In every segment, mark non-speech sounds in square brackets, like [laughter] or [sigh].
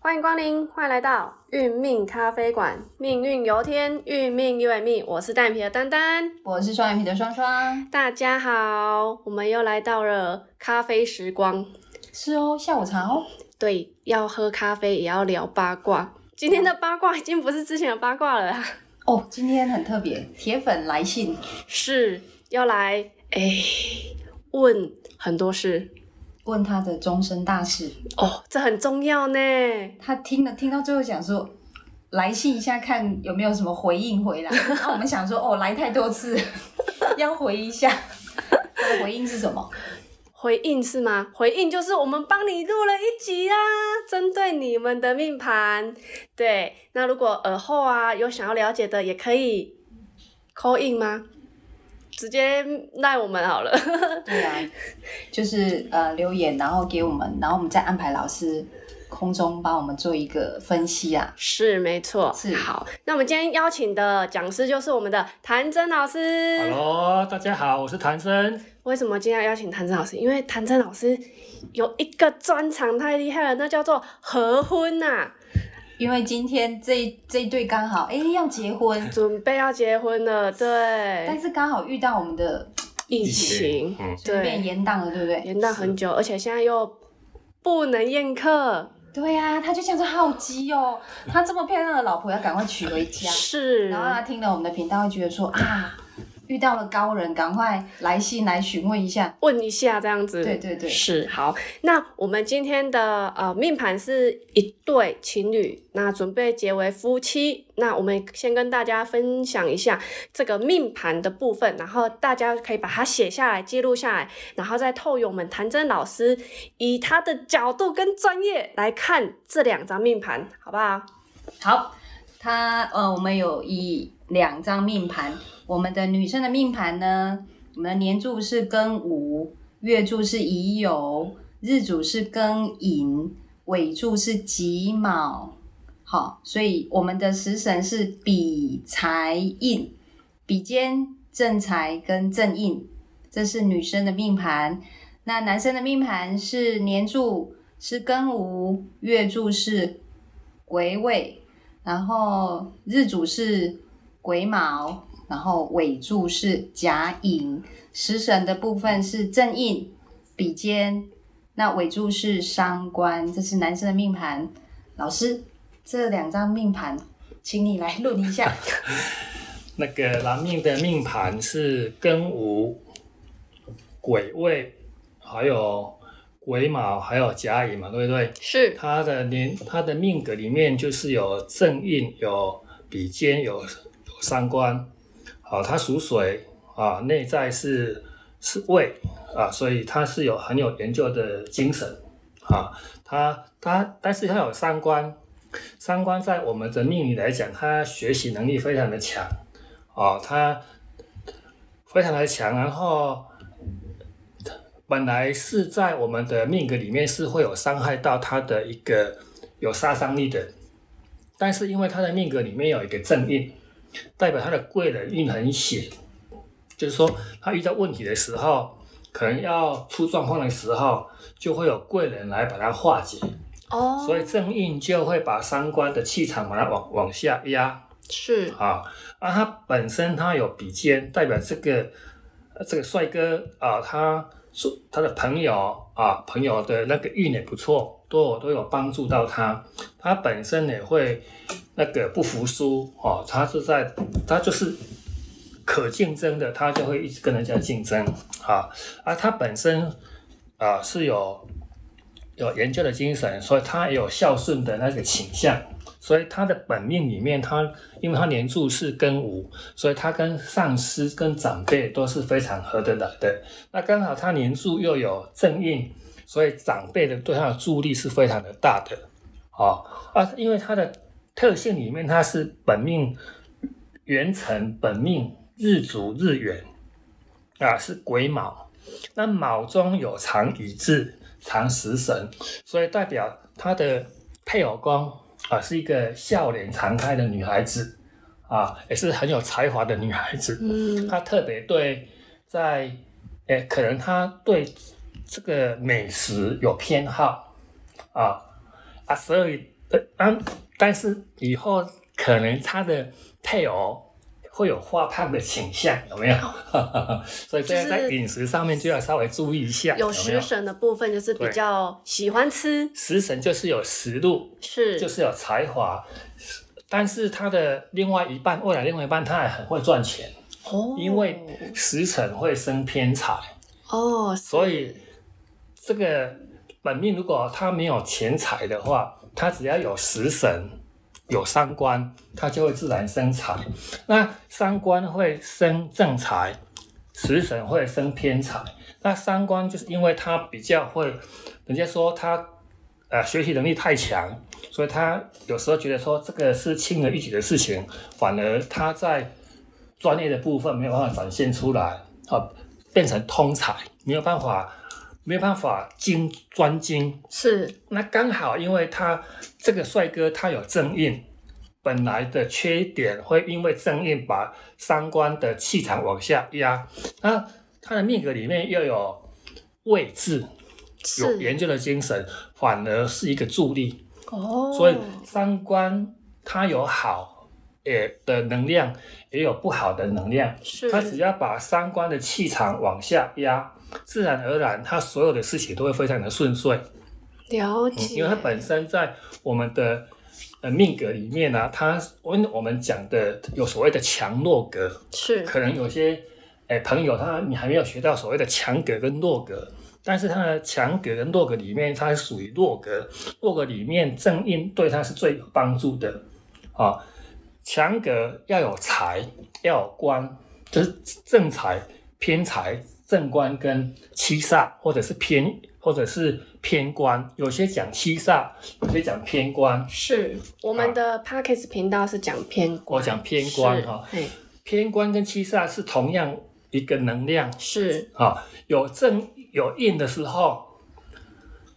光临，欢迎来到运命咖啡馆。命运由天，运命由命。我是单眼皮的丹丹，我是双眼皮的双双。大家好，我们又来到了咖啡时光。是哦，下午茶哦。对，要喝咖啡也要聊八卦。今天的八卦已经不是之前的八卦了啦，哦，今天很特别，铁粉来信，是要来哎、问很多事问他的终身大事。哦，这很重要呢。他听了，听到最后想说，来信一下看有没有什么回应 [laughs] 回来。那我们想说，哦，来太多次， [laughs] 要回一下。他的回应是什么？回应是吗？回应就是我们帮你录了一集啦、针对你们的命盘。对，那如果耳后啊有想要了解的，也可以 call in 吗？直接赖我们好了。 [laughs] 对啊，就是呃留言，然后给我们，然后我们再安排老师空中帮我们做一个分析啊。是，没错。是好，那我们今天邀请的讲师就是我们的谭真老师。 Hello，大家好，我是谭生。为什么今天要邀请谭真老师？因为谭真老师有一个专长太厉害了，那叫做合婚啊呐、因为今天这这一对刚好哎要结婚，准备要结婚了。对但，是刚好遇到我们的疫情情，嗯随便对，延档了，对不对？延宕很久，而且现在又不能宴客，对呀、他就想说好急哦，他这么漂亮的老婆要赶快娶回家。是然，后他听了我们的频道，会觉得说啊，遇到了高人，赶快来信来询问一下。问一下这样子。对对对是好。那我们今天的呃命盘是一对情侣，那准备结为夫妻。那我们先跟大家分享一下这个命盘的部分，然后大家可以把它写下来、记录下来，然后再透过我们谭真老师以他的角度跟专业来看这两张命盘，好不好？好，他呃，我们有一两张命盘，我们的女生的命盘呢，我们的年柱是庚午，月柱是乙酉，日主是庚寅，尾柱是己卯。好，所以我们的食神是比财印，比肩正财跟正印，这是女生的命盘。那男生的命盘是年柱是庚午，月柱是癸未，然后日主是癸卯，然后尾柱是甲寅。食神的部分是正印、比肩，那尾柱是伤官，这是男生的命盘。老师，这两张命盘，请你来论一 [laughs] 下。那个蓝命的命盘是庚午、癸未，还有癸卯，还有甲乙嘛，对不对？是他的年，他的命格里面就是有正印、有比肩、有有三官。好，他属水啊，内在是是胃啊，所以他是有很有研究的精神啊。他他，但是他有三观，三观在我们的命理来讲，他学习能力非常的强啊，他非常的强，然后。本来是在我们的命格里面是会有伤害到他的一个有杀伤力的，但是因为他的命格里面有一个正印，代表他的贵人运很险，就是说他遇到问题的时候，可能要出状况的时候，就会有贵人来把它化解，哦，所以正印就会把三观的气场把它往往下压是啊，啊，他本身他有比肩，代表这个呃这个帅哥啊，他做他的朋友啊，朋友的那个运也不错，都有都有帮助到他。他本身也会那个不服输哦，他是在他就是可竞争的，他就会一直跟人家竞争啊。而、他本身啊是有有研究的精神，所以他也有孝顺的那个倾向。所以他的本命里面，他因为他年柱是庚午，所以他跟上司、跟长辈都是非常合得来的。那刚好他年柱又有正印，所以长辈的对他的助力是非常的大的。哦，啊，因为他的特性里面，他是本命元辰、本命日主、日元啊，是癸卯。那卯中有藏乙字、藏食神，所以代表她的配偶宫啊是一个笑脸常开的女孩子啊，也是很有才华的女孩子。嗯她特别对在，诶，可能她对这个美食有偏好啊啊，所以呃啊，但是以后可能他的配偶会有发胖的倾向，有没有？ [laughs] 所以这样在饮食上面就要稍微注意一下，有有没食有？神的部分就是比对较喜欢吃，食神就是有食禄，是就是有才华，但是他的另外一半，未来另外一半他也很会赚钱，哦，因为食神会生偏财，哦，所以这个本命如果他没有钱财的话，他只要有食神、有三官，他就会自然生财。那三官会生正财，食神会生偏财。那三官就是因为他比较会，人家说他呃学习能力太强，所以他有时候觉得说这个是轻而易举的事情，反而他在专业的部分没有办法展现出来啊，变成通才，没有办法，没有办法精专精是那刚好，因为他这个帅哥他有正印，本来的缺点会因为正印把三观的气场往下压。那他的命格里面又有位置，有是研究的精神，反而是一个助力。哦，所以三观它有好也的能量，也有不好的能量。是他只要把三观的气场往下压，自然而然他所有的事情都会非常的顺遂。了嗯解，因为它本身在我们的呃命格里面呢、它我们我们讲的有所谓的强弱格，是可能有些哎朋友他你还没有学到所谓的强格跟弱格，但是它的强格跟弱格里面，它是属于弱格，弱格里面正印对它是最有帮助的啊。强格要有财，要有官，就是正财、偏财、正官跟七煞，或者是偏或者是偏官，有些讲七煞，有些讲偏官。是我们的 Pockets 频道是讲偏我官，啊哦讲偏官是哎哈，嘿偏官跟七煞是同样一个能量，是啊，有正有印的时候，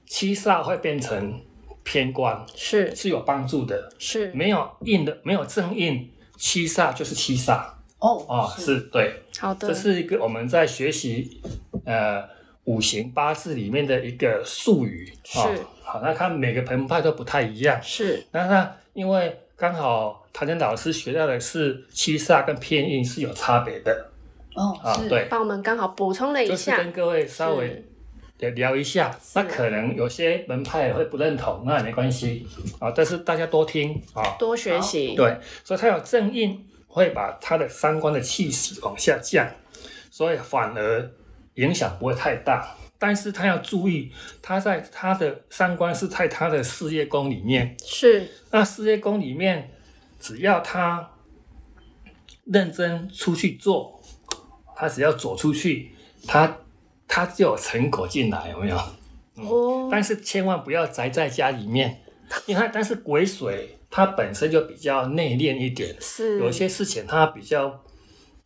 七煞会变成偏官，是是有帮助的。是没有印的，没有正印，七煞就是七煞哦啊，是对，好的，这是一个我们在学习呃五行八字里面的一个术语啊是。好，那它每个盆派都不太一样。是那它因为刚好谭真老师学到的是七煞跟偏印是有差别的啊哦，是，对，帮我们刚好补充了一就是下，跟各位稍微是对，聊一下，那可能有些门派会不认同，那也没关系啊。但是大家多听啊，多学习，对，所以他有正印，会把他的三观的气息往下降，所以反而影响不会太大。但是他要注意，他在他的三观是在他的事业宫里面，是那事业宫里面，只要他认真出去做，他只要走出去，他他就有成果进来，有没有？哦，嗯但是千万不要宅在家里面，因为它但是癸水它本身就比较内敛一点，是有些事情它比较，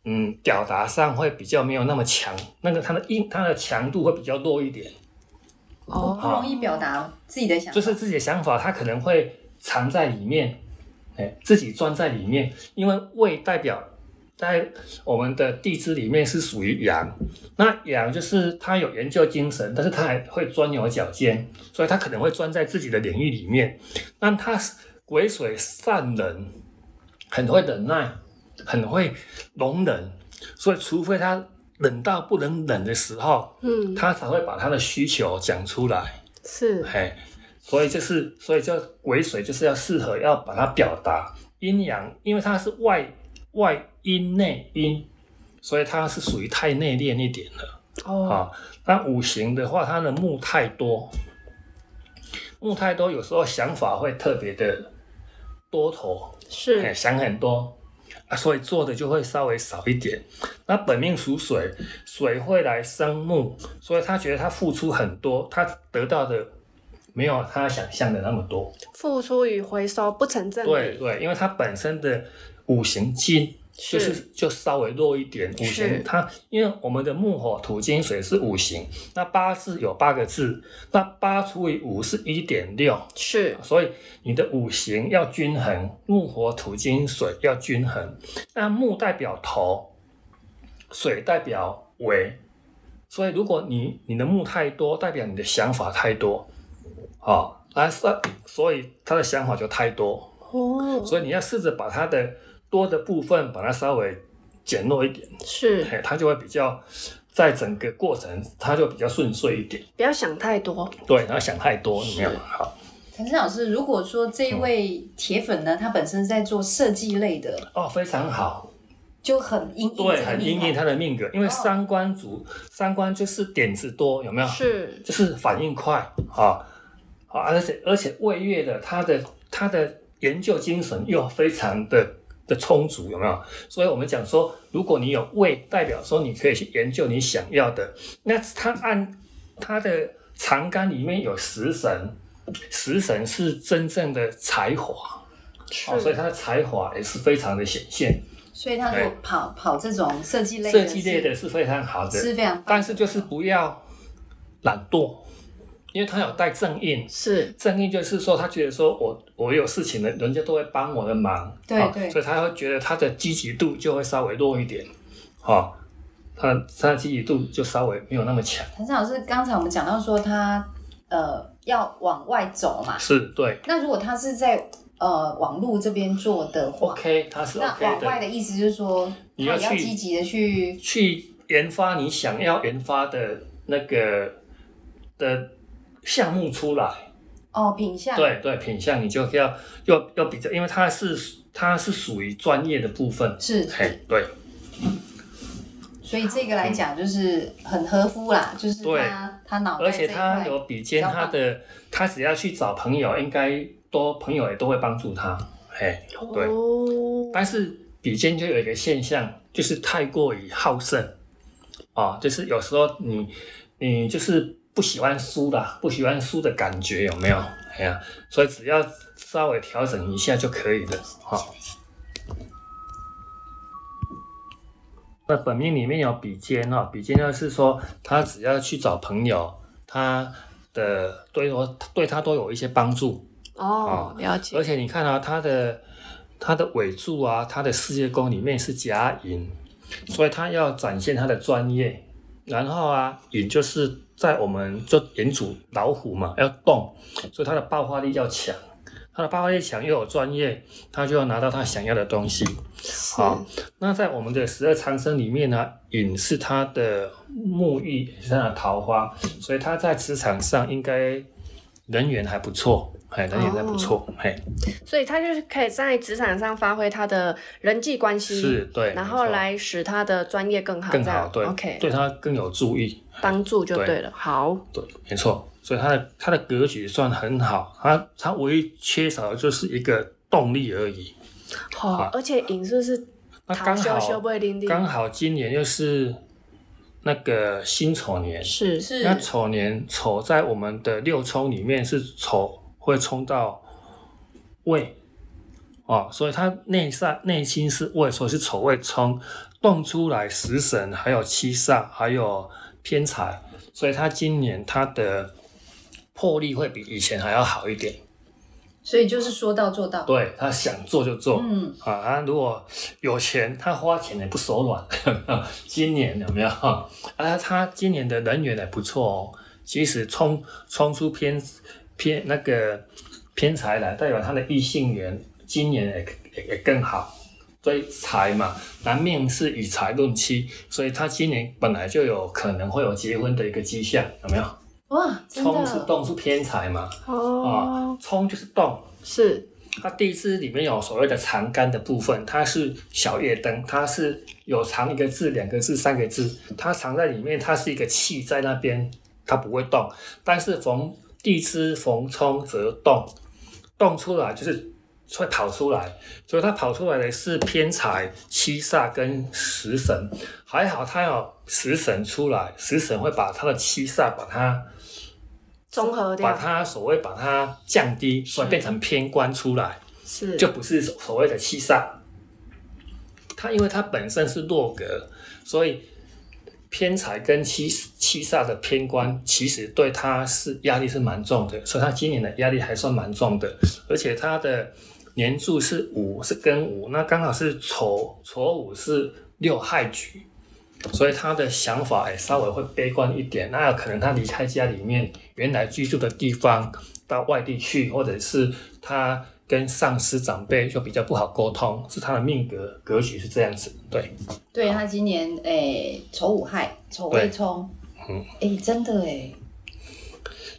嗯，表达上会比较没有那么强，那个它的硬它的强度会比较弱一点，哦不容易表达自己的想法，就是自己的想法它可能会藏在里面，哎，自己钻在里面，因为胃代表。在我们的地支里面是属于阳，那阳就是他有研究精神，但是他还会钻牛角尖，所以他可能会钻在自己的领域里面。那他是癸水善人，很会忍耐，很会容忍，所以除非他忍到不能忍的时候，嗯他才会把他的需求讲出来。是嘿，所以就是，所以叫癸水就是要适合要把它表达阴阳，因为它是外外阴内阴，所以它是属于太内敛一点了哦啊。那五行的话，它的木太多，木太多，有时候想法会特别的多头，哎，是想很多啊，所以做的就会稍微少一点。那本命属水，水会来生木，所以他觉得他付出很多，他得到的没有他想象的那么多。付出与回收不成正比，对对，因为他本身的五行金就是是就稍微弱一点，五是行它因为我们的木火土金水是五行，那八字有八个字，那八除以五是一点六，是所以你的五行要均衡，木火土金水要均衡。那木代表头，水代表尾，所以如果你你的木太多，代表你的想法太多，哦，啊，所所以他的想法就太多，哦，所以你要试着把他的多的部分把它稍微减弱一点，是嘿，他就会比较在整个过程他就比较顺遂一点。不要想太多，对，然后想太多，有没有？好，陈老师，如果说这位铁粉呢，他本身是在做设计类的，哦，非常好，就很因应这对，个很命因盘应他的命格，因为三观足，三观就是点子多，有没有？是就是反应快啊啊，而且而且魏月的他的他的研究精神又非常的的充足，有没有？所以我们讲说，如果你有魏，代表说你可以去研究你想要的。那他按他的长干里面有食神，食神是真正的才华，是哦，所以他的才华也是非常的显现，所以他如对果跑跑这种设计类的设计类的是非常好的，是是非常棒但是就是不要懒惰，因为他有带正印，是正印就是说，他觉得说我我有事情了，人家都会帮我的忙，对啊对所以他会觉得他的积极度就会稍微弱一点，啊，他他的积极度就稍微没有那么强，陈老师，刚才我们讲到说他呃要往外走嘛，是对那如果他是在呃网络这边做的话，OK，他是那 OK 往外的，的意思就是说，你他要也要去积极的去去研发你想要研发的那个的项目出来，哦品相，，对对，品相你就要要要比较，因为它是它是属于专业的部分，是，嘿，对哦所以这个来讲就是很合乎啦，就是对他他脑袋而这一且块他有比比肩，较棒他的他只要去找朋友，应该多朋友也都会帮助他。哎，对哦，但是比肩就有一个现象，就是太过于好胜啊，就是有时候你你就是不喜欢输啦，不喜欢输的感觉有没有？哎呀，所以只要稍微调整一下就可以了。哦好、那本命里面有比肩哦，比肩就是说他只要去找朋友，他的对我对他都有一些帮助。哦，了解而，且你看啊，他的他的尾柱啊，他的事业宫里面是甲寅，所以他要展现他的专业。然后啊，寅就是在我们就寅主老虎嘛，要动，所以他的爆发力要强。他的爆发力强又有专业，他就要拿到他想要的东西。好，那在我们的十二长生里面呢，寅是他的沐浴，也是他的桃花，所以他在职场上应该人缘还不错，哎，人缘还不错，哎嘿，是所以他就是可以在职场上发挥他的人际关系，是，对，然没后错来使他的专业更好，更这好，样对，OK，对他更有注意，帮助就对了，好，对，没错，所以他的他的格局算很好，他他唯一缺少的就是一个动力而已。好，而且影是不是那刚修修好不灵刚灵，好今年又是那个辛丑年，是是那丑年丑在我们的六冲里面是丑会冲到未哦，所以它内在内心是未，所以是丑未冲动出来食神，还有七煞，还有偏财，所以他今年他的魄力会比以前还要好一点。所以就是说到做到，对他想做就做，嗯，啊，他如果有钱，他花钱也不手软。今年有没有？啊，他今年的人缘也不错哦。即使冲冲出偏偏那个偏财来，代表他的异性缘今年也也也更好。所以财嘛，男命是以财论妻，所以他今年本来就有可能会有结婚的一个迹象，有没有？哇，真冲是的，动是偏财嘛，啊哦，，冲就是动，是它地支里面有所谓的长干的部分，它是小夜灯，它是有长一个字、两个字、三个字，它藏在里面，它是一个气在那边，它不会动。但是逢地支逢冲则动，动出来就是会跑出来，所以它跑出来的是偏财、七煞跟食神。还好它有食神出来，食神会把它的七煞把它综合把掉，它所谓把它降低，所以变成偏官出来。是就不是所谓的七煞。它因为它本身是弱格，所以偏财跟七七煞的偏官，其实对他是压力是蛮重的，所以他今年的压力还算蛮重的，而且他的年柱是五，是庚午，那刚好是丑丑午是六害局。所以他的想哎法也稍微会悲观一点，那可能他离开家里面原来居住的地方，到外地去，或者是他跟上司长辈就比较不好沟通，是他的命格格局是这样子。对，嗯对他今年诶丑午亥丑未对冲，嗯诶，真的诶，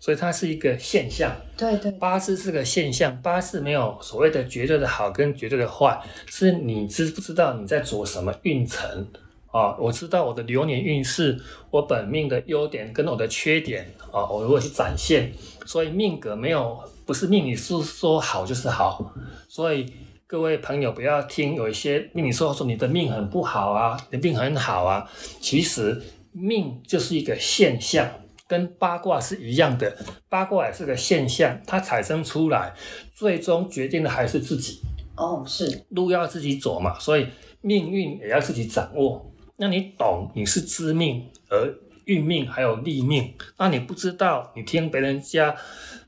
所以它是一个现象。对对八字是个现象，八字没有所谓的绝对的好跟绝对的坏，是你知不知道你在走什么运程啊？我知道我的流年运势，我本命的优点跟我的缺点啊，我如何去展现？所以命格没有不是命理是说好就是好，所以。各位朋友，不要听有一些命理说说你的命很不好啊，你的命很好啊。其实命就是一个现象，跟八卦是一样的，八卦也是个现象，它产生出来，最终决定的还是自己，哦是，路要自己走嘛，所以命运也要自己掌握。那你懂，你是知命，而运命还有利命。那你不知道，你听别人家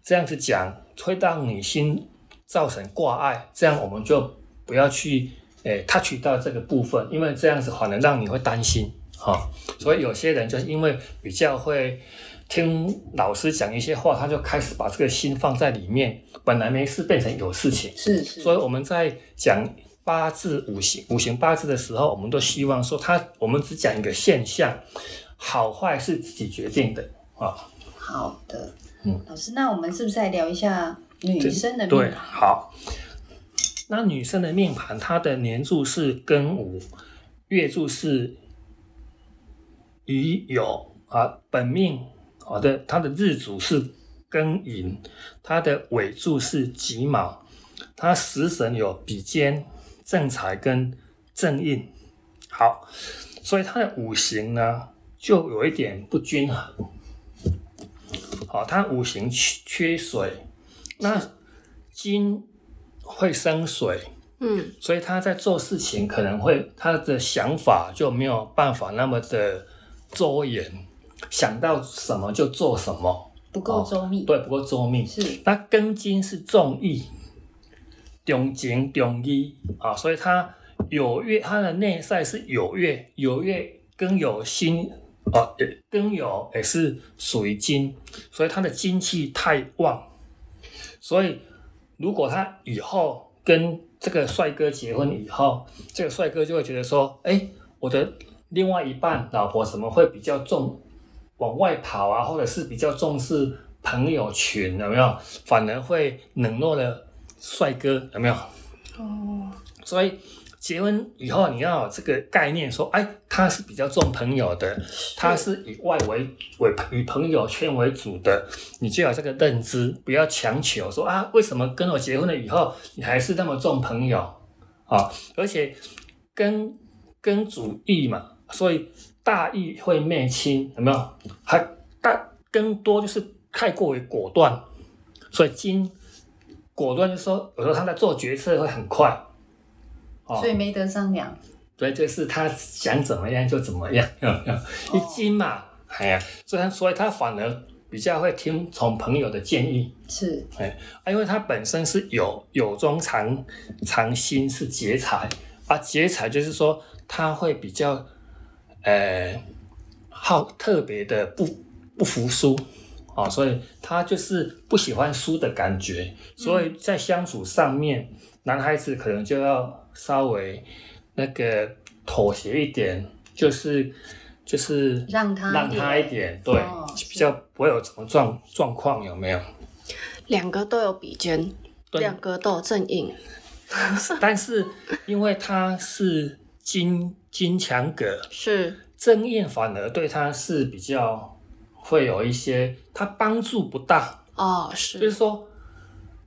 这样子讲，会让你心造成挂碍。这样我们就不要去诶、touch 到这个部分，因为这样子反而让你会担心。哈、所以有些人就是因为比较会听老师讲一些话，他就开始把这个心放在里面，本来没事变成有事情。是是，所以我们在讲八字五行五行八字的时候，我们都希望说它，我们只讲一个现象，好坏是自己决定的啊。好的，嗯老师，那我们是不是来聊一下女生的对命，啊盘？好。那女生的命盘，她的年柱是庚午，月柱是乙酉啊，本命好的，她的日主是庚寅，她的尾柱是己卯，她食神有比肩、正财跟正印。好，所以她的五行呢，就有一点不均衡。好，它五行缺缺水，那金会生水，嗯所以他在做事情可能会他的想法就没有办法那么的周延，想到什么就做什么，不够周密，哦对，不够周密。是那庚金是重义，中情中医啊，所以它有月，它的内在是有月，有月庚有辛啊，呃庚有也是属于金，所以它的金气太旺，所以如果他以后跟这个帅哥结婚以后，这个帅哥就会觉得说，哎，我的另外一半老婆怎么会比较重往外跑啊，或者是比较重视朋友群，有没有？反而会冷落了帅哥，有没有？哦所以结婚以后，你要有这个概念，说，哎，他是比较重朋友的，他是以外为为以朋友圈为主的，你就有这个认知，不要强求说啊，为什么跟我结婚了以后，你还是那么重朋友啊？而且跟跟主义嘛，所以大义会灭亲，有没有？还大更多就是太过于果断，所以金果断就是说，有时候他在做决策会很快。哦所以没得商量，对，就是他想怎么样就怎么样，一斤嘛，哎呀，所以他所以他反而比较会听从朋友的建议，是啊，因为他本身是有有中藏藏心是劫财啊，劫财就是说他会比较呃好特别的不不服输啊，所以他就是不喜欢输的感觉，所嗯以在相处上面，男孩子可能就要稍微那个妥协一点，就是就是让他让他一点，对，哦比较不会有什么状状况，有没有？两个都有比肩，对两个都有正印，但是因为他是金金强格，是正印反而对他是比较会有一些，他帮助不大，哦就是是说，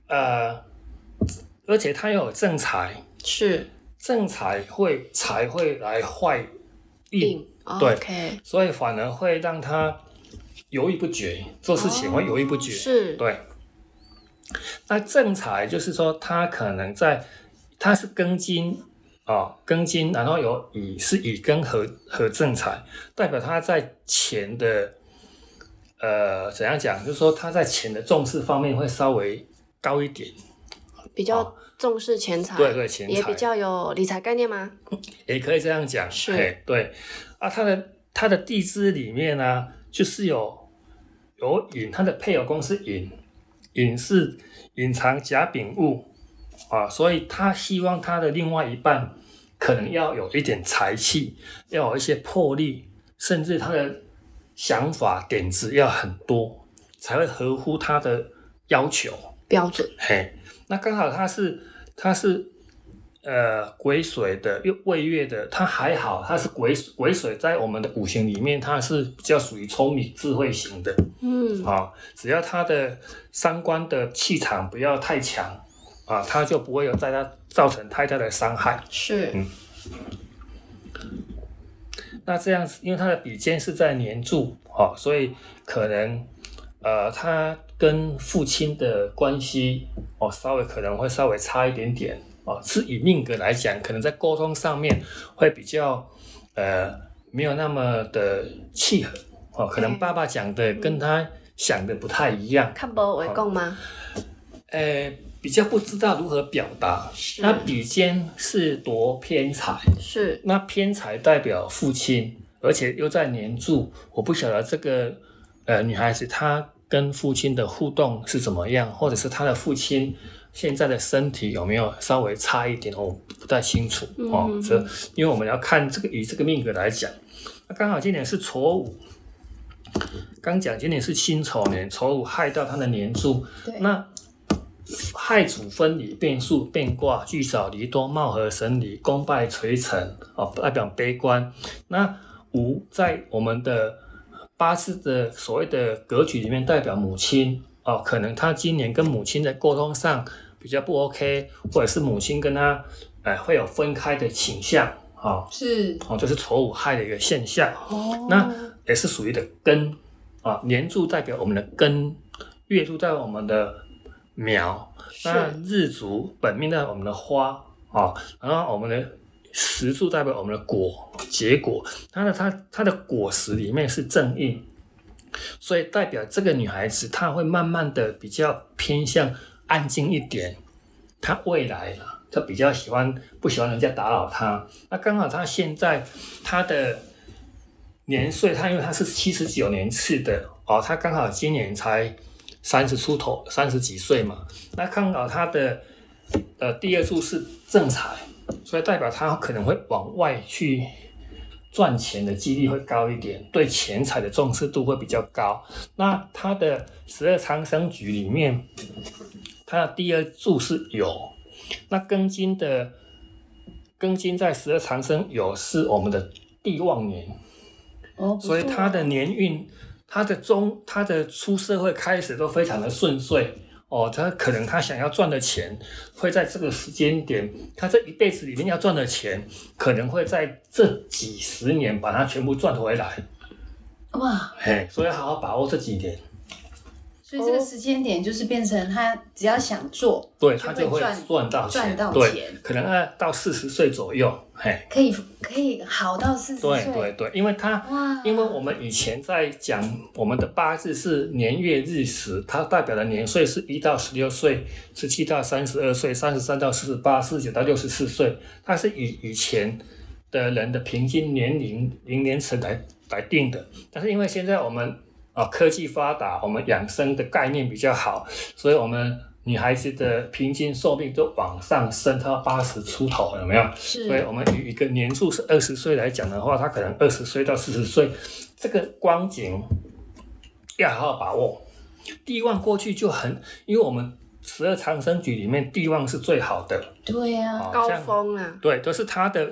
呃，而且他又有正财，是正财会财会来坏印，印哦对，OK，所以反而会让他犹豫不决，做事情会犹豫不决。是对，那正财就是说，他可能在他是庚金啊、庚金，然后有乙是乙庚合合正财，代表他在钱的呃怎样讲，就是说他在钱的重视方面会稍微高一点，比较重视钱财，啊对对，钱财也比较有理财概念吗？也可以这样讲，是嘿对啊，他的他的地支里面呢、就是有有寅，他的配偶宫是寅，隐是隐藏甲丙戊啊，所以他希望他的另外一半可能要有一点才气，要有一些魄力，甚至他的想法点子要很多，才会合乎他的要求。标准，嘿，那刚好他是他是呃癸水的又未月的，他还好，他是癸水癸水在我们的五行里面，他是比较属于聪明智慧型的嗯，啊。只要他的三观的气场不要太强啊，他就不会有在他造成太大的伤害。是嗯那这样子，因为他的笔尖是在年柱哦，所以可能呃，他跟父亲的关系哦，稍微可能会稍微差一点点哦。是以命格来讲，可能在沟通上面会比较呃没有那么的契合哦，可能嗯爸爸讲的跟他想的不太一样，看不为共吗？呃，比较不知道如何表达。是那笔尖是夺偏财。是那偏财代表父亲，而且又在年柱，我不晓得这个呃女孩子她跟父亲的互动是怎么样，或者是她的父亲现在的身体有没有稍微差一点，我不太清楚哦嗯。这、因为我们要看这个以这个命格来讲，那刚好今年是丑午。刚讲今年是辛丑年，丑午害到他的年柱，对，那亥主分离，变数变卦，聚少离多，貌合神离，功败垂成啊、哦，代表悲观。那午在我们的八字的所谓的格局里面，代表母亲哦，可能他今年跟母亲在沟通上比较不 OK，或者是母亲跟他呃会有分开的倾向哦是哦，这是丑午亥的一个现象。哦那也是属于的根啊，年柱代表我们的根，月柱代表我们的苗，是那日柱本命代表我们的花啊，然后我们的时柱代表我们的果结果，它的它它的果实里面是正印，所以代表这个女孩子她会慢慢的比较偏向安静一点，她未来啊，她比较喜欢不喜欢人家打扰她，那刚好她现在她的。年岁，他因为他是七十九年次的哦，他刚好今年才三十出头，三十几岁嘛。那刚好他的呃第二柱是正财，所以代表他可能会往外去赚钱的几率会高一点，对钱财的重视度会比较高。那他的十二长生局里面，他的第二柱是酉，那庚金的庚金在十二长生酉是我们的地旺年。哦，不所以错他的年运，他的中，他的出社会开始都非常的顺遂哦。他可能他想要赚的钱，会在这个时间点，他这一辈子里面要赚的钱，可能会在这几十年把它全部赚回来。哇，嘿，所以好好把握这几年，所以这个时间点就是变成他只要想做，对就他就会会赚赚到赚钱，到对钱，可能要到四十岁左右，嘿。可以可以好到四十岁，对对对，因为它哇，因为我们以前在讲我们的八字是年月日时，它代表的年岁是一到十六岁，十七到三十二岁，三十三到四十八，四十九到六十四岁，它是以以前的人的平均年龄龄年层来来定的。但是因为现在我们啊科技发达，我们养生的概念比较好，所以我们。女孩子的平均寿命都往上升到八十出头，有没有？是所以我们以一个年数是二十岁来讲的话，他可能二十岁到四十岁，这个光景要好好把握。地旺过去就很，因为我们十二长生局里面地旺是最好的，对呀、啊哦高像峰啊，对，都、是它的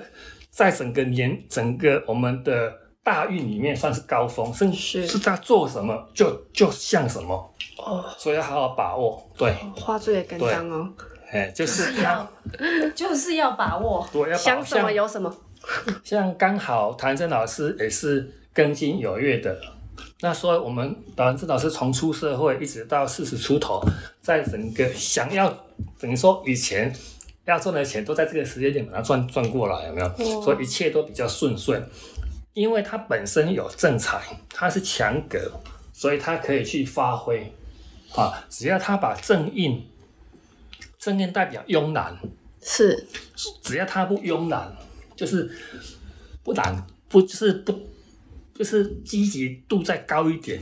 在整个年整个我们的大运里面算是高峰，甚是至是它做什么就就像什么，哦，所以要好好把握。对，花最也跟当哦，哎，就是是它要，就是要把握，对，要把想握什么像有什么， [laughs] 像刚好谭真老师也是庚金酉月的，那所以我们谭真老师从出社会一直到四十出头，在整个想要等于说以前要赚的钱都在这个时间点把它赚赚过来，有没有？哇所以一切都比较顺遂，因为他本身有正财，他是强格，所以他可以去发挥啊，只要他把正印，正印代表慵懒。是只要他不慵懒，就是不懒，不就是不就是积极度再高一点，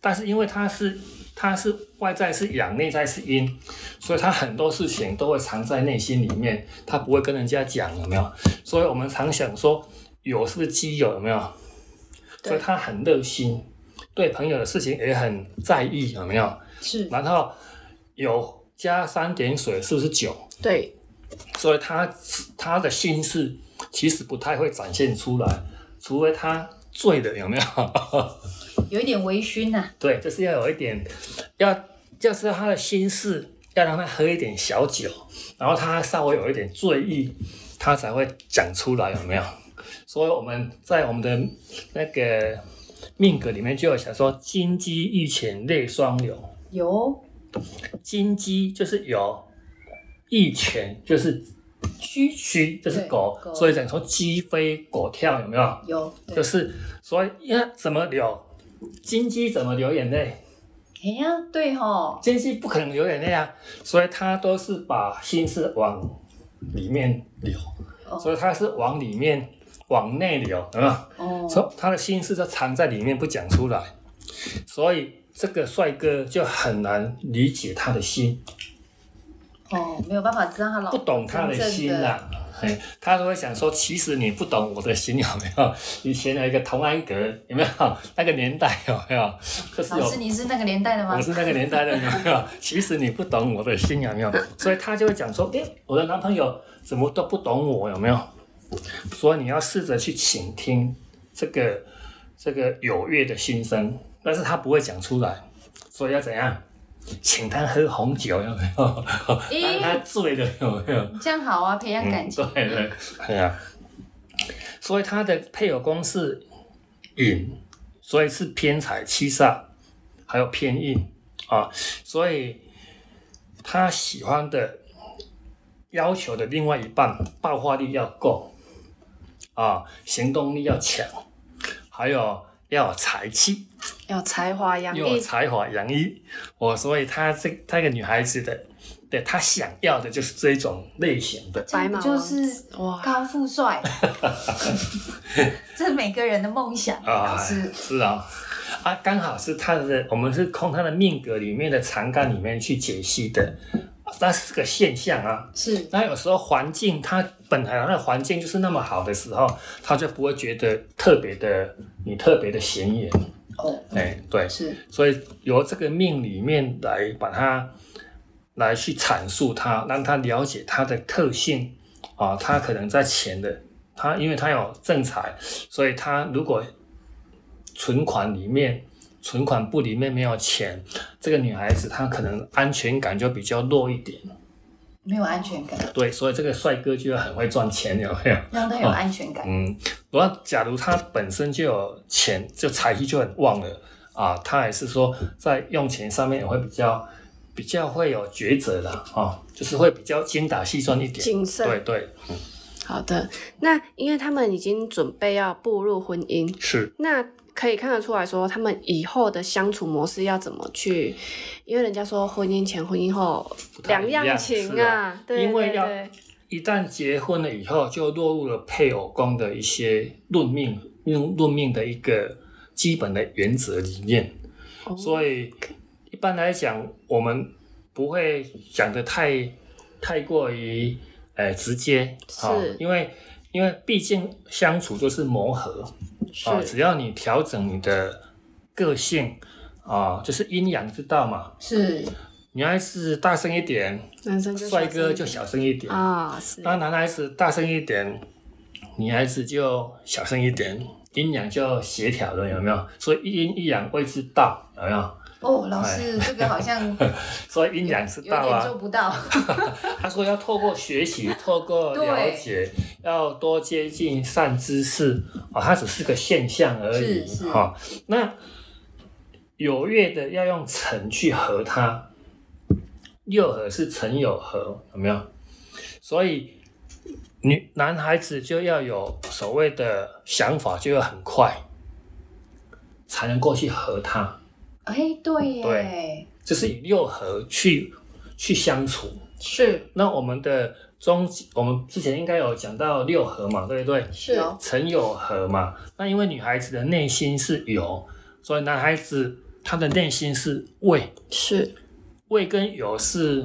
但是因为它是它是外在是阳，内在是阴，所以它很多事情都会藏在内心里面，它不会跟人家讲，有没有？所以我们常想说，有是不是基友，有没有？对所以他很热心，对朋友的事情也很在意，有没有？是然后有加三点水，是不是九？对，所以他他的心事其实不太会展现出来，除非他醉了，有没有？ [laughs] 有一点微醺啊呐、对，就是要有一点，要要知道他的心事，要让他喝一点小酒，然后他稍微有一点醉意，他才会讲出来，有没有？所以我们在我们的那个命格里面就有想说，金鸡玉犬泪双流，有金鸡就是有，玉犬就是虚虚就是对狗，狗所以讲说鸡飞狗跳有没有？有，对就是所以那怎么流？金鸡怎么流眼泪？哎呀，对吼，金鸡不可能流眼泪啊，所以它都是把心思往里面流，哦所以它是往里面往内流，有没有？哦，所以他的心思就藏在里面不讲出来，所以这个帅哥就很难理解他的心。哦，没有办法知道他老不懂他的心啊啦、嘿，他都会想说，其实你不懂我的心有没有？ [laughs] 以前有一个同安阁，有没有？ [laughs] 那个年代有没有？就是老有师，你是那个年代的吗我？是那个年代的，有没有？ [laughs] 其实你不懂我的心有没有？所以他就会讲说，诶、我的男朋友怎么都不懂我有没有？所以你要试着去倾听这个这个有月的心声，但是他不会讲出来，所以要怎样？请他喝红酒有没有？让 [laughs] 他醉了有没有？这样好啊，培养感情。嗯、对对，哎呀、所以它的配偶宫是寅，所以是偏财七煞，还有偏印啊，所以他喜欢的要求的另外一半爆发力要够啊，行动力要强，还有要有才气。要才华洋又有溢，才华洋溢，我所以她这她这个女孩子的，对她想要的就是这种类型的，这样不就是哇高富 [laughs] 帅，这是每个人的梦想。老啊，师，是啊，啊，刚好是她的，我们是从她的命格里面的长干里面去解析的，那是个现象啊。是那有时候环境，她本来那环境就是那么好的时候，她就不会觉得特别的你特别的显眼，哦，哎，对，是所以由这个命里面来把它来去阐述它，让他了解它的特性啊，他可能在钱的，他因为他有正财，所以他如果存款里面存款簿里面没有钱，这个女孩子她可能安全感就比较弱一点。没有安全感，对，所以这个帅哥就很会赚钱，有没有？让他有安全感。嗯，然后假如他本身就有钱，就财气就很旺了啊，他还是说在用钱上面也会比较比较会有抉择的啊，就是会比较精打细算一点。谨慎。对对，好的，那因为他们已经准备要步入婚姻，是那可以看得出来说，他们以后的相处模式要怎么去？因为人家说婚姻前、婚姻后太两一样样情是啊啊，对因为对要对一旦结婚了以后，就落入了配偶宫的一些论命论论命的一个基本的原则理念。哦所以一般来讲，我们不会讲的太太过于呃直接啊、是因为因为毕竟相处就是磨合啊，是只要你调整你的个性啊，就是阴阳之道嘛，是女孩子大声一点，男生就帅哥就小小声一声点啊，是那男孩子大声一点，女孩子就小声一点，阴阳就协调了，有没有？所以一阴一阳谓之道，有没有？哦，老师，哎这个好 [laughs] 像啊所以阴阳之有道点做啊。不到。 [laughs] 他说要透过学习，透过了解，要多接近善知识啊、哦，它只是个现象而是已是哈、那有月的要用辰去合它，六合是辰酉合，有没有？所以女男孩子就要有所谓的想法，就要很快，才能够去合它，哎，对耶对，就是以六合去去相处。是那我们的中，我们之前应该有讲到六合嘛，对不对？是有辰酉合嘛。那因为女孩子的内心是有，所以男孩子他的内心是胃，是胃跟油是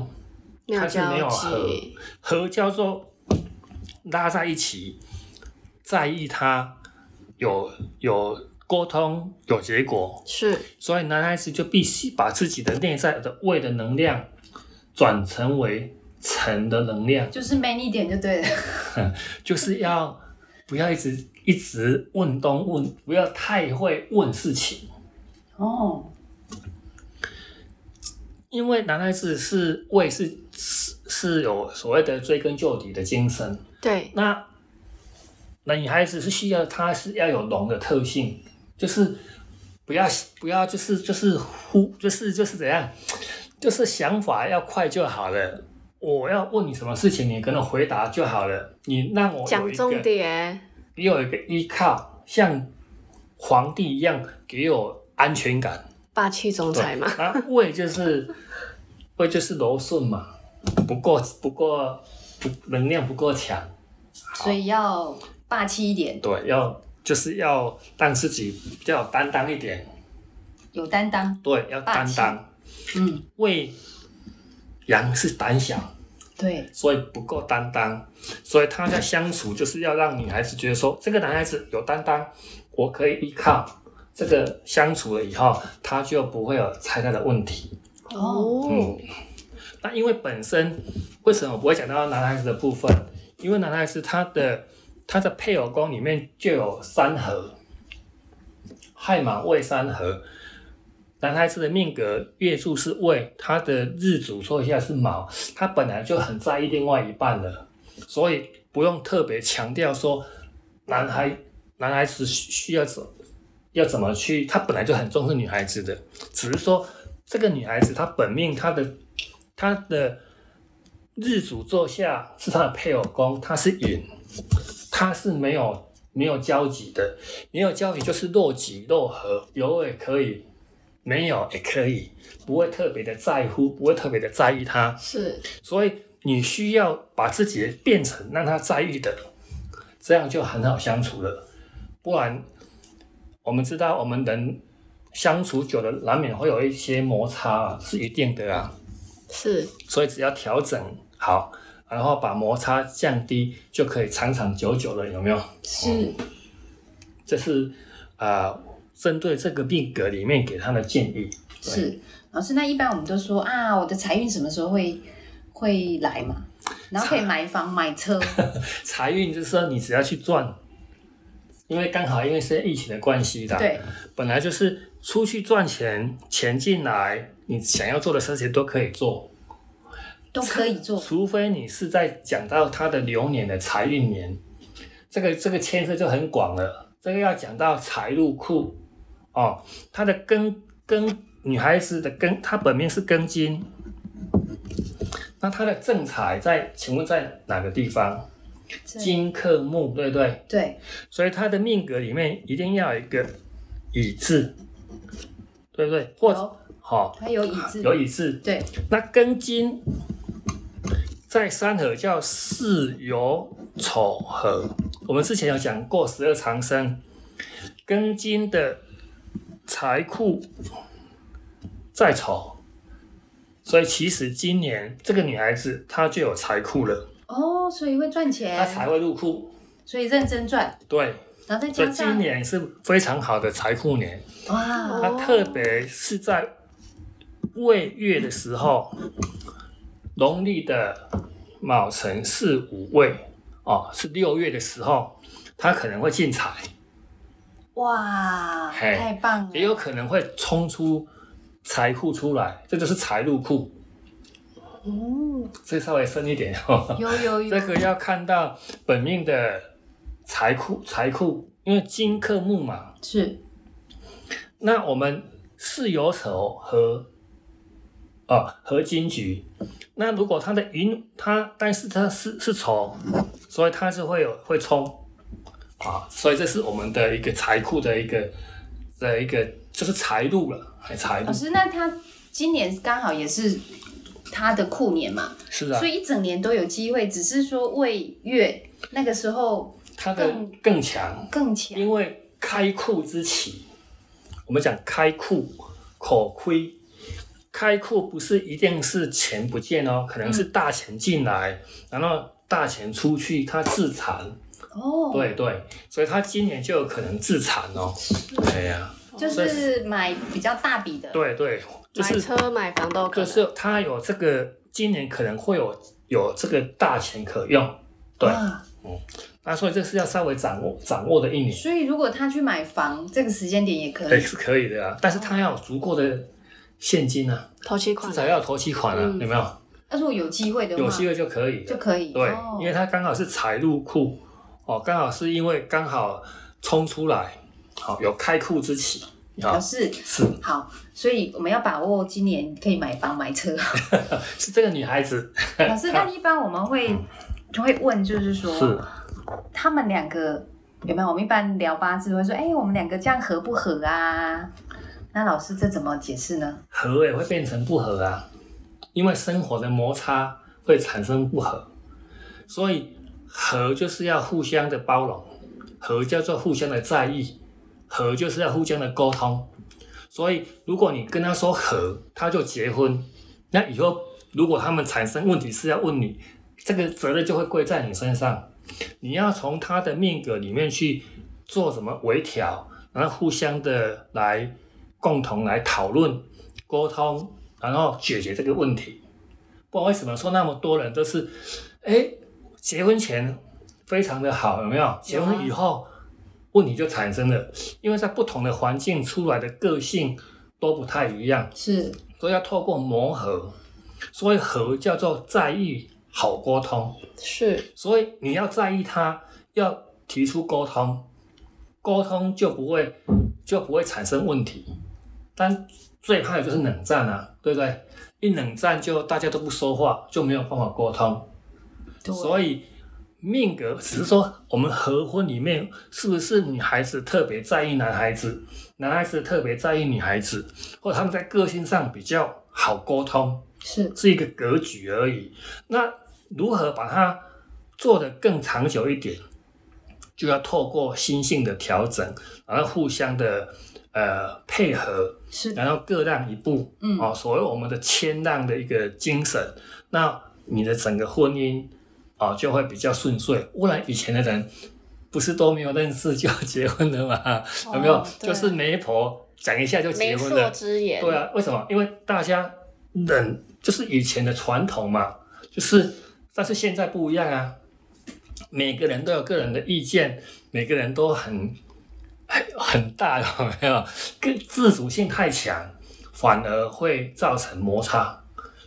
妙它是没交有集，合叫做拉在一起，在意它有有沟通有结果，是所以男孩子就必须把自己的内在的胃的能量转成为成的能量，就是 man 一点就对了。就是要不要一直一直问东问，不要太会问事情。哦，因为男孩子是为是是是有所谓的追根究底的精神，对，那那女孩子是需要她是要有龙的特性，就是不要不要就是就是忽就是就是怎样，就是想法要快就好了。我要问你什么事情，你跟我回答就好了。你让我有讲一重个，点，你有一个依靠，像皇帝一样给我安全感。霸气总裁嘛，啊，胃就是 [laughs] 胃就是柔顺嘛，不够不够不能量不够强，所以要霸气一点，对，要就是要让自己比较有担当一点，有担当。对，要霸担气当。嗯，胃阳是胆小，对，所以不够担当，所以他在相处就是要让女孩子觉得说，这个男孩子有担当，我可以依靠。这个相处了以后，他就不会有太大的问题。哦嗯，，那因为本身为什么我不会讲到男孩子的部分？因为男孩子他的他的配偶宫里面就有三合，亥马未三合。男孩子的命格月柱是未，他的日主说一下是卯，他本来就很在意另外一半了，所以不用特别强调说男孩男孩子需需要怎要怎么去，他本来就很重视女孩子的，只是说这个女孩子她本命她的她的日主座下是她的配偶宫，她是寅，她是没有没有交集的，没有交集就是若即若合，有也可以，没有也可以，不会特别的在乎，不会特别的在意她。是所以你需要把自己变成让他在意的，这样就很好相处了。不然，我们知道我们人相处久了，难免会有一些摩擦、啊，是一定的啊。是，所以只要调整好，然后把摩擦降低，就可以长长久久了，有没有？哦是这是啊、呃针对这个命格里面给他的建议。对是。老师，那一般我们就说啊，我的财运什么时候会会来嘛？然后可以买房买 [laughs] 车，财运就是说，你只要去赚，因为刚好因为是疫情的关系的，对，本来就是出去赚钱，钱进来，你想要做的事情都可以做，都可以 [laughs] 做。除非你是在讲到他的流年的财运年，这个这个牵涉就很广了，这个要讲到财入库哦，他的根根女孩子的根，她本命是根金，那她的正财在，请问在哪个地方？这金克木，对不对？对，所以他的命格里面一定要有一个乙字，对不对？或者有好、它有椅子，有乙字，对，那庚金在三合叫巳酉丑合，我们之前有讲过十二长生，庚金的财库在丑，所以其实今年这个女孩子她就有财库了，哦，所以会赚她钱，才会入库，所以认真赚，对，然后再所以加今上年是非常好的财库年。哇，它特别是在未月的时候，农历的卯辰巳午未哦，是六月的时候，它可能会进财，哇，嘿太棒了，也有可能会冲出财库出来，这就是财入库。哦，这稍微深一点哦，有有有这，个要看到本命的财库财库，因为金克木嘛。是那我们是有丑和啊和金局，那如果它的云它，但是它是是丑，所以它是会有会冲啊，所以这是我们的一个财库的一个的一个就是财路了，还财路老师，那他今年刚好也是他的库年嘛，是啊所，以一整年都有机会，只是说未月那个时候它的更更强，更强因为开库之起，我们讲开库口亏。开库不是一定是钱不见嗯哦，可能是大钱进来，然后大钱出去，它自残。嗯哦，对对，所以它今年就有可能自残哦。哎呀、就是买比较大笔的，对对，就买是车买房都有可就能。是它有这个今年可能会有有这个大钱可用。对啊那所以这是要稍微掌握掌握的一年，所以如果他去买房，这个时间点也可对，以。是可以的啊。但是他要有足够的现金啊，头期款至，少要有头期款啊，嗯有没有？那如果有机会的话，有机会就可以就的。可以。对哦，因为它刚好是财入库哦，刚好是因为刚好冲出来，好、有开库之喜啊表，示是好，所以我们要把握今年可以买房买 [laughs] 车。是这个女孩子老师，但一般我们会就会问，就是说嗯是他们两个有没有？我们一般聊八字会说，哎、我们两个这样合不合啊？那老师这怎么解释呢？合欸也会变成不合啊，因为生活的摩擦会产生不合，所以和就是要互相的包容，和叫做互相的在意，和就是要互相的沟通。所以如果你跟他说和，他就结婚，那以后如果他们产生问题是要问你，这个责任就会归在你身上，你要从他的命格里面去做什么微调，然后互相的来共同来讨论、沟通，然后解决这个问题。不然为什么说那么多人都是，哎，结婚前非常的好，有没有？结婚以后、问题就产生了，因为在不同的环境出来的个性都不太一样，是所以要透过磨合。所以和叫做在意好沟通，是所以你要在意他，要提出沟通，沟通就不会就不会产生问题。但最怕的就是冷战啊，对不对？一冷战就大家都不说话，就没有办法沟通。对所以命格只是说，我们合婚里面是不是女孩子特别在意男孩子，男孩子特别在意女孩子，或者他们在个性上比较好沟通，是是一个格局而已。那如何把它做得更长久一点，就要透过心性的调整，然后互相的呃配合，是，然后各让一步，嗯哦，所谓我们的谦让的一个精神，那你的整个婚姻啊、哦就会比较顺遂。不然以前的人不是都没有认识就结婚了嘛？有没有？对就是媒婆讲一下就媒结婚妁了，之言。对啊，为什么？因为大家人就是以前的传统嘛，就是但是现在不一样啊，每个人都有个人的意见，每个人都很很很大， [laughs] 有没有？个自主性太强，反而会造成摩擦，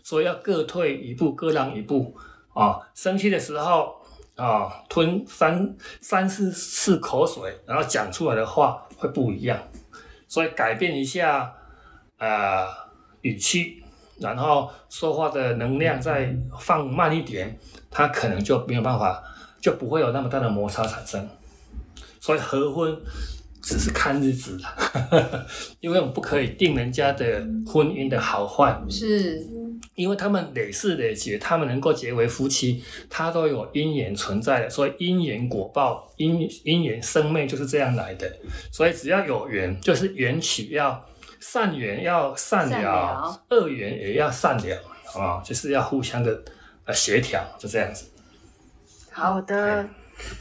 所以要各退一步，各让一步啊。生气的时候啊，吞三三四四口水，然后讲出来的话会不一样，所以改变一下呃语气，然后说话的能量再放慢一点，它可能就没有办法，就不会有那么大的摩擦产生。所以合婚只是看日子了， [laughs] 因为我们不可以定人家的婚姻的好坏，是因为他们累世累劫，他们能够结为夫妻，它都有因缘存在的，所以因缘果报，因因缘生命就是这样来的。所以只要有缘，就是缘起要善缘要善善了了，恶缘也要善了啊、就是要互相的呃协调，就这样子。好的，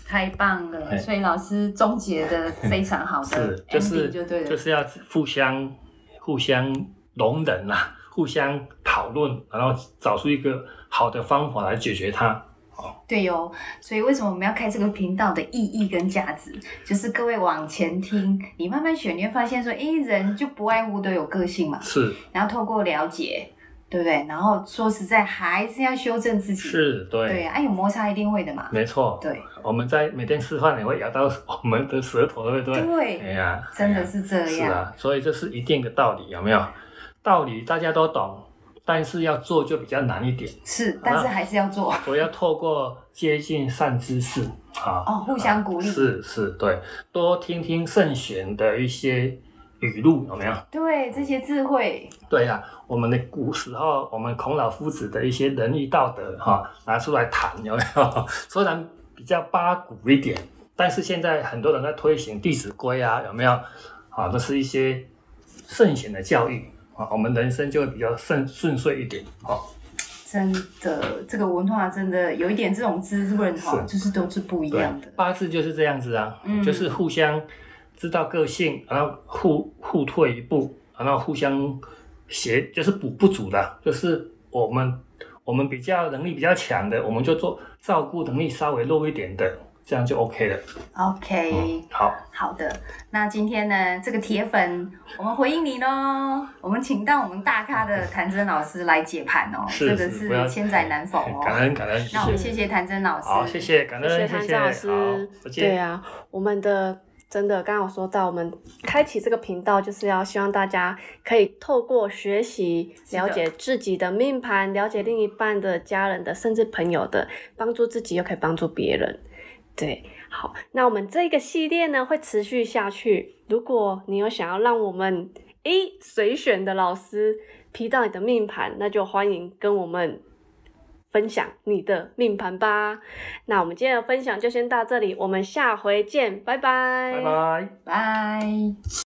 太棒了。哎所以老师总结的非常好 [laughs] 是的，就 ending 是就对了就。是要互相互相容忍啦、互相讨论，然后找出一个好的方法来解决它。对哦，所以为什么我们要开这个频道的意义跟价值，就是各位往前听，你慢慢选，你会发现说，诶，人就不外乎都有个性嘛，是然后透过了解，对不对？然后说实在，还是要修正自己。，是，对，对啊，哎有摩擦一定会的嘛。没错。对我们在每天吃饭也会咬到我们的舌头，对不对？哎对，呀，真的是这哎呀是样。啊，所以这是一定的道理，有没有？道理大家都懂，但是要做就比较难一点，是，但是还是要做。所以要透过接近善知识啊。哦，互相鼓励。是是，对，多听听圣贤的一些语录，有没有？对，这些智慧对呀、我们的古时候，我们孔老夫子的一些仁义道德哈、拿出来谈，有没有？ [laughs] 虽然比较八股一点，但是现在很多人在推行《弟子规》啊，有没有？啊，这是一些圣贤的教育啊，我们人生就会比较顺顺遂一点啊。真的，这个文化真的有一点这种滋润哈，是就是都是不一对样的，。八字就是这样子啊，嗯就是互相知道个性，然后互互退一步，然后互相协，就是补不足的，就是我们我们比较能力比较强的，我们就做照顾能力稍微弱一点的，这样就 OK 了。 OK，、嗯，好，好的，那今天呢，这个铁粉，我们回应你喽。我们请到我们大咖的谭真老师来解盘哦，是这个不要是千载难逢感哦。恩感恩，那我们谢谢谢，谢谭真老师，好，谢。谢感谢恩，谭子谢谢，老好师，，再见对。啊，我们的真的刚刚有说到，我们开启这个频道就是要希望大家可以透过学习是的了解自己的命盘，了解另一半的、家人的，甚至朋友的，帮助自己又可以帮助别人。对，好，那我们这个系列呢会持续下去。如果你有想要让我们一随选的老师批到你的命盘，那就欢迎跟我们分享你的命盘吧。那我们今天的分享就先到这里，我们下回见，拜拜，拜拜。拜。